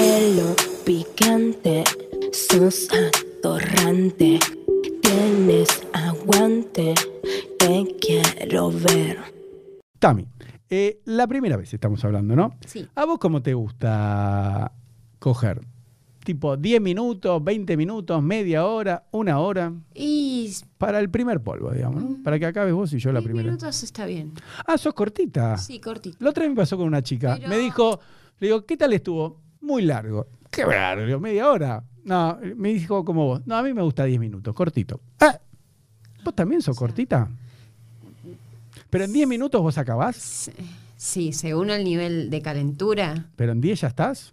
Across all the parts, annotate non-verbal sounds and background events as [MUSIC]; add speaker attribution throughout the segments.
Speaker 1: pelo picante, sos atorrante, tienes aguante, te quiero ver.
Speaker 2: Tami, eh, la primera vez estamos hablando, ¿no?
Speaker 3: Sí.
Speaker 2: ¿A vos cómo te gusta coger? Tipo 10 minutos, 20 minutos, media hora, una hora,
Speaker 3: Y
Speaker 2: para el primer polvo, digamos, ¿no? Para que acabes vos y yo la
Speaker 3: 10
Speaker 2: primera.
Speaker 3: minutos está bien.
Speaker 2: Ah, sos cortita.
Speaker 3: Sí, cortito.
Speaker 2: La otra vez me pasó con una chica.
Speaker 3: Pero-
Speaker 2: Me dijo, le digo, ¿qué tal estuvo? Muy largo. Qué largo, Le digo, media hora. No, me dijo como vos. No, a mí me gusta 10 minutos, cortito. Ah, ¿Vos también sos cortita? Pero en 10 minutos vos acabás,
Speaker 3: Sí, según el nivel de calentura,
Speaker 2: pero en 10 ya estás.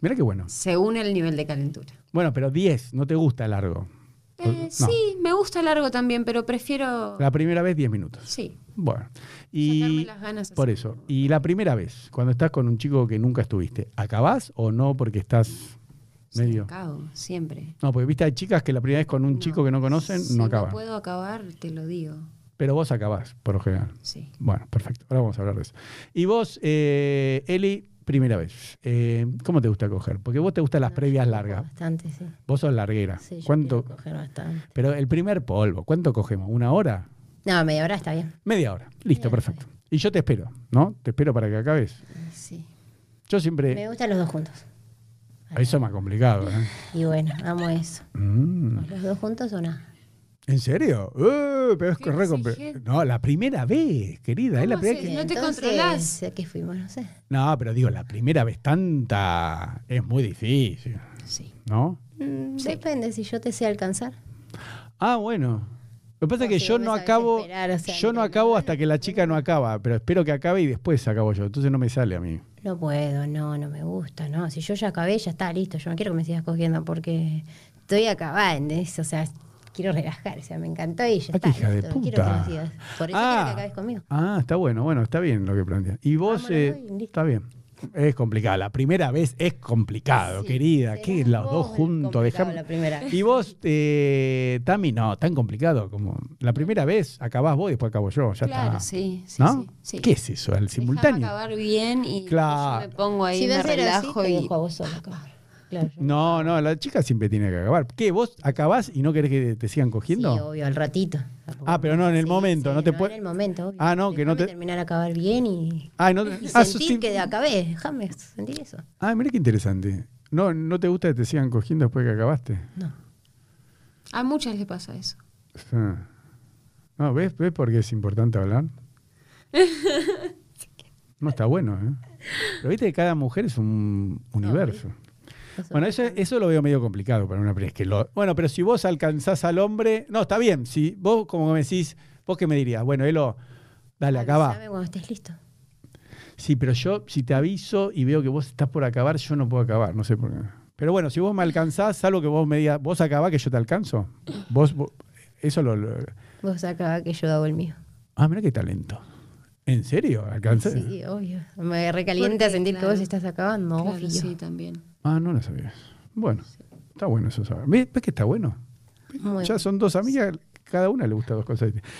Speaker 2: Mira qué bueno.
Speaker 3: según el nivel de calentura.
Speaker 2: Bueno, pero 10, no te gusta largo.
Speaker 3: Eh,
Speaker 2: O- no.
Speaker 3: Sí, me gusta largo también, pero prefiero...
Speaker 2: La primera vez 10 minutos.
Speaker 3: Sí,
Speaker 2: Bueno. Y
Speaker 3: sacarme las ganas.
Speaker 2: por
Speaker 3: así.
Speaker 2: eso. Y la primera vez, cuando estás con un chico que nunca estuviste, ¿acabás o no porque estás
Speaker 3: Sí,
Speaker 2: medio?
Speaker 3: acabo, siempre.
Speaker 2: No, porque viste, hay chicas que la primera vez con un chico que no conocen,
Speaker 3: si
Speaker 2: no acaban.
Speaker 3: puedo acabar, te lo digo.
Speaker 2: Pero vos acabás, por lo general.
Speaker 3: Sí.
Speaker 2: Bueno, perfecto. Ahora vamos a hablar de eso. Y vos, eh, Eli, primera vez. Eh, ¿Cómo te gusta coger? Porque vos te gustan las previas largas.
Speaker 4: Ah, Bastante, sí.
Speaker 2: Vos sos larguera.
Speaker 4: Sí, yo
Speaker 2: ¿Cuánto?
Speaker 4: quiero coger bastante.
Speaker 2: Pero el primer polvo, ¿cuánto cogemos? ¿Una hora?
Speaker 4: No, media hora está bien.
Speaker 2: Media hora. Listo,
Speaker 4: Media hora,
Speaker 2: perfecto. Y yo te espero, ¿no? Te espero para que acabes.
Speaker 4: Sí.
Speaker 2: Yo
Speaker 4: Me
Speaker 2: siempre...
Speaker 4: gustan los dos juntos.
Speaker 2: Eso es más complicado,
Speaker 4: [LAUGHS]
Speaker 2: ¿eh?
Speaker 4: Y bueno, amo eso.
Speaker 2: Mm.
Speaker 4: ¿Los dos juntos o nada?
Speaker 2: ¿En serio? Eh, pero es
Speaker 3: Qué
Speaker 2: re compli-
Speaker 3: exigente.
Speaker 2: No, la primera vez, querida. Es la
Speaker 3: ¿Cómo
Speaker 2: primera
Speaker 3: haces?
Speaker 2: que-
Speaker 3: no te
Speaker 4: Entonces,
Speaker 3: controlás.
Speaker 4: ¿a qué fuimos? No sé.
Speaker 2: No, pero digo, la primera vez tanta es muy difícil,
Speaker 3: Sí.
Speaker 2: ¿no?
Speaker 4: Mm, Depende si yo te sé alcanzar.
Speaker 2: Ah, bueno. Lo que pasa es
Speaker 4: O
Speaker 2: que
Speaker 4: si
Speaker 2: yo
Speaker 4: Pues vos me
Speaker 2: no
Speaker 4: sabés
Speaker 2: acabo,
Speaker 4: esperar, o sea,
Speaker 2: yo no
Speaker 4: que-
Speaker 2: acabo hasta que la chica no acaba, pero espero que acabe y después acabo yo, entonces no me sale a mí.
Speaker 4: No puedo, no, no me gusta, no. Si yo ya acabé, ya está, listo. Yo no quiero que me sigas cogiendo porque estoy acabada, ¿entendés? O sea, quiero relajar, o sea, me encantó y ya
Speaker 2: Ah, qué
Speaker 4: está.
Speaker 2: hija de
Speaker 4: listo, no quiero que
Speaker 2: puta.
Speaker 4: me sigas. Por eso quiero que acabes conmigo.
Speaker 2: Ah, está bueno, bueno, está bien lo que plantea. Y vos,
Speaker 4: Vámonos,
Speaker 2: eh,
Speaker 4: voy, listo.
Speaker 2: está bien. Es complicado, la primera vez es complicado, querida.
Speaker 4: serás
Speaker 2: Que los dos
Speaker 4: vos el
Speaker 2: juntos,
Speaker 4: complicado
Speaker 2: dejame-
Speaker 4: la primera vez.
Speaker 2: Y vos, eh, Tami, no, tan complicado como la primera vez acabás vos y después acabo yo, ya
Speaker 3: claro,
Speaker 2: está.
Speaker 3: sí, sí,
Speaker 2: ¿No?
Speaker 3: sí, sí.
Speaker 2: ¿Qué es eso? ¿Al
Speaker 3: Déjame
Speaker 2: simultáneo?
Speaker 3: acabar bien y
Speaker 2: Claro.
Speaker 3: yo me pongo ahí,
Speaker 4: Si
Speaker 3: me
Speaker 4: vas a ser así,
Speaker 3: relajo
Speaker 4: te
Speaker 3: y...
Speaker 4: dejo a vos sola, cabrón. Claro, yo-
Speaker 2: No, no, la chica siempre tiene que acabar. ¿Qué? ¿Vos acabás y no querés que te sigan cogiendo?
Speaker 4: Sí, obvio, al ratito.
Speaker 2: Ah, pero no, en el momento, no te puede-
Speaker 4: puedes. En el momento, obvio.
Speaker 2: Ah, no, que no
Speaker 4: Dejame
Speaker 2: te-
Speaker 4: terminar a acabar bien y.
Speaker 2: Ay, no,
Speaker 4: y
Speaker 2: ah, sos
Speaker 4: sentir
Speaker 2: tim-
Speaker 4: que acabé, déjame sentir eso.
Speaker 2: Ah, mira qué interesante. No, no te gusta que te sigan cogiendo después que acabaste.
Speaker 4: No.
Speaker 3: A muchas les pasa eso.
Speaker 2: Ah. No, ¿ves? ¿Ves por qué es importante hablar? No está bueno, ¿eh? Pero viste que cada mujer es un universo.
Speaker 4: Eso-
Speaker 2: Bueno, eso, eso lo veo medio complicado para una pri- es que lo- Bueno, pero si vos alcanzás al hombre. No, está bien. Si vos, como me decís, vos qué me dirías, bueno, Elo, dale, acaba.
Speaker 4: Avísame cuando estés listo.
Speaker 2: Sí, pero yo, si te aviso y veo que vos estás por acabar, yo no puedo acabar, no sé por qué. Pero bueno, si vos me alcanzás, salvo que vos me digas, vos acabás que yo te alcanzo. Vos, vos- eso lo, lo-
Speaker 4: Vos acabá que yo hago el mío.
Speaker 2: Ah, mira qué talento. ¿En serio? ¿Alcanzás?
Speaker 4: Sí, obvio. Me recalienta
Speaker 3: Porque,
Speaker 4: sentir
Speaker 3: claro.
Speaker 4: que vos estás acabando,
Speaker 3: Claro,
Speaker 4: obvio.
Speaker 3: sí, también.
Speaker 2: Ah, no lo sabía. Bueno, está bueno eso saber. ¿Ves, ves que está bueno?
Speaker 4: Muy
Speaker 2: Ya son dos amigas, cada una le gusta dos cosas. distintas.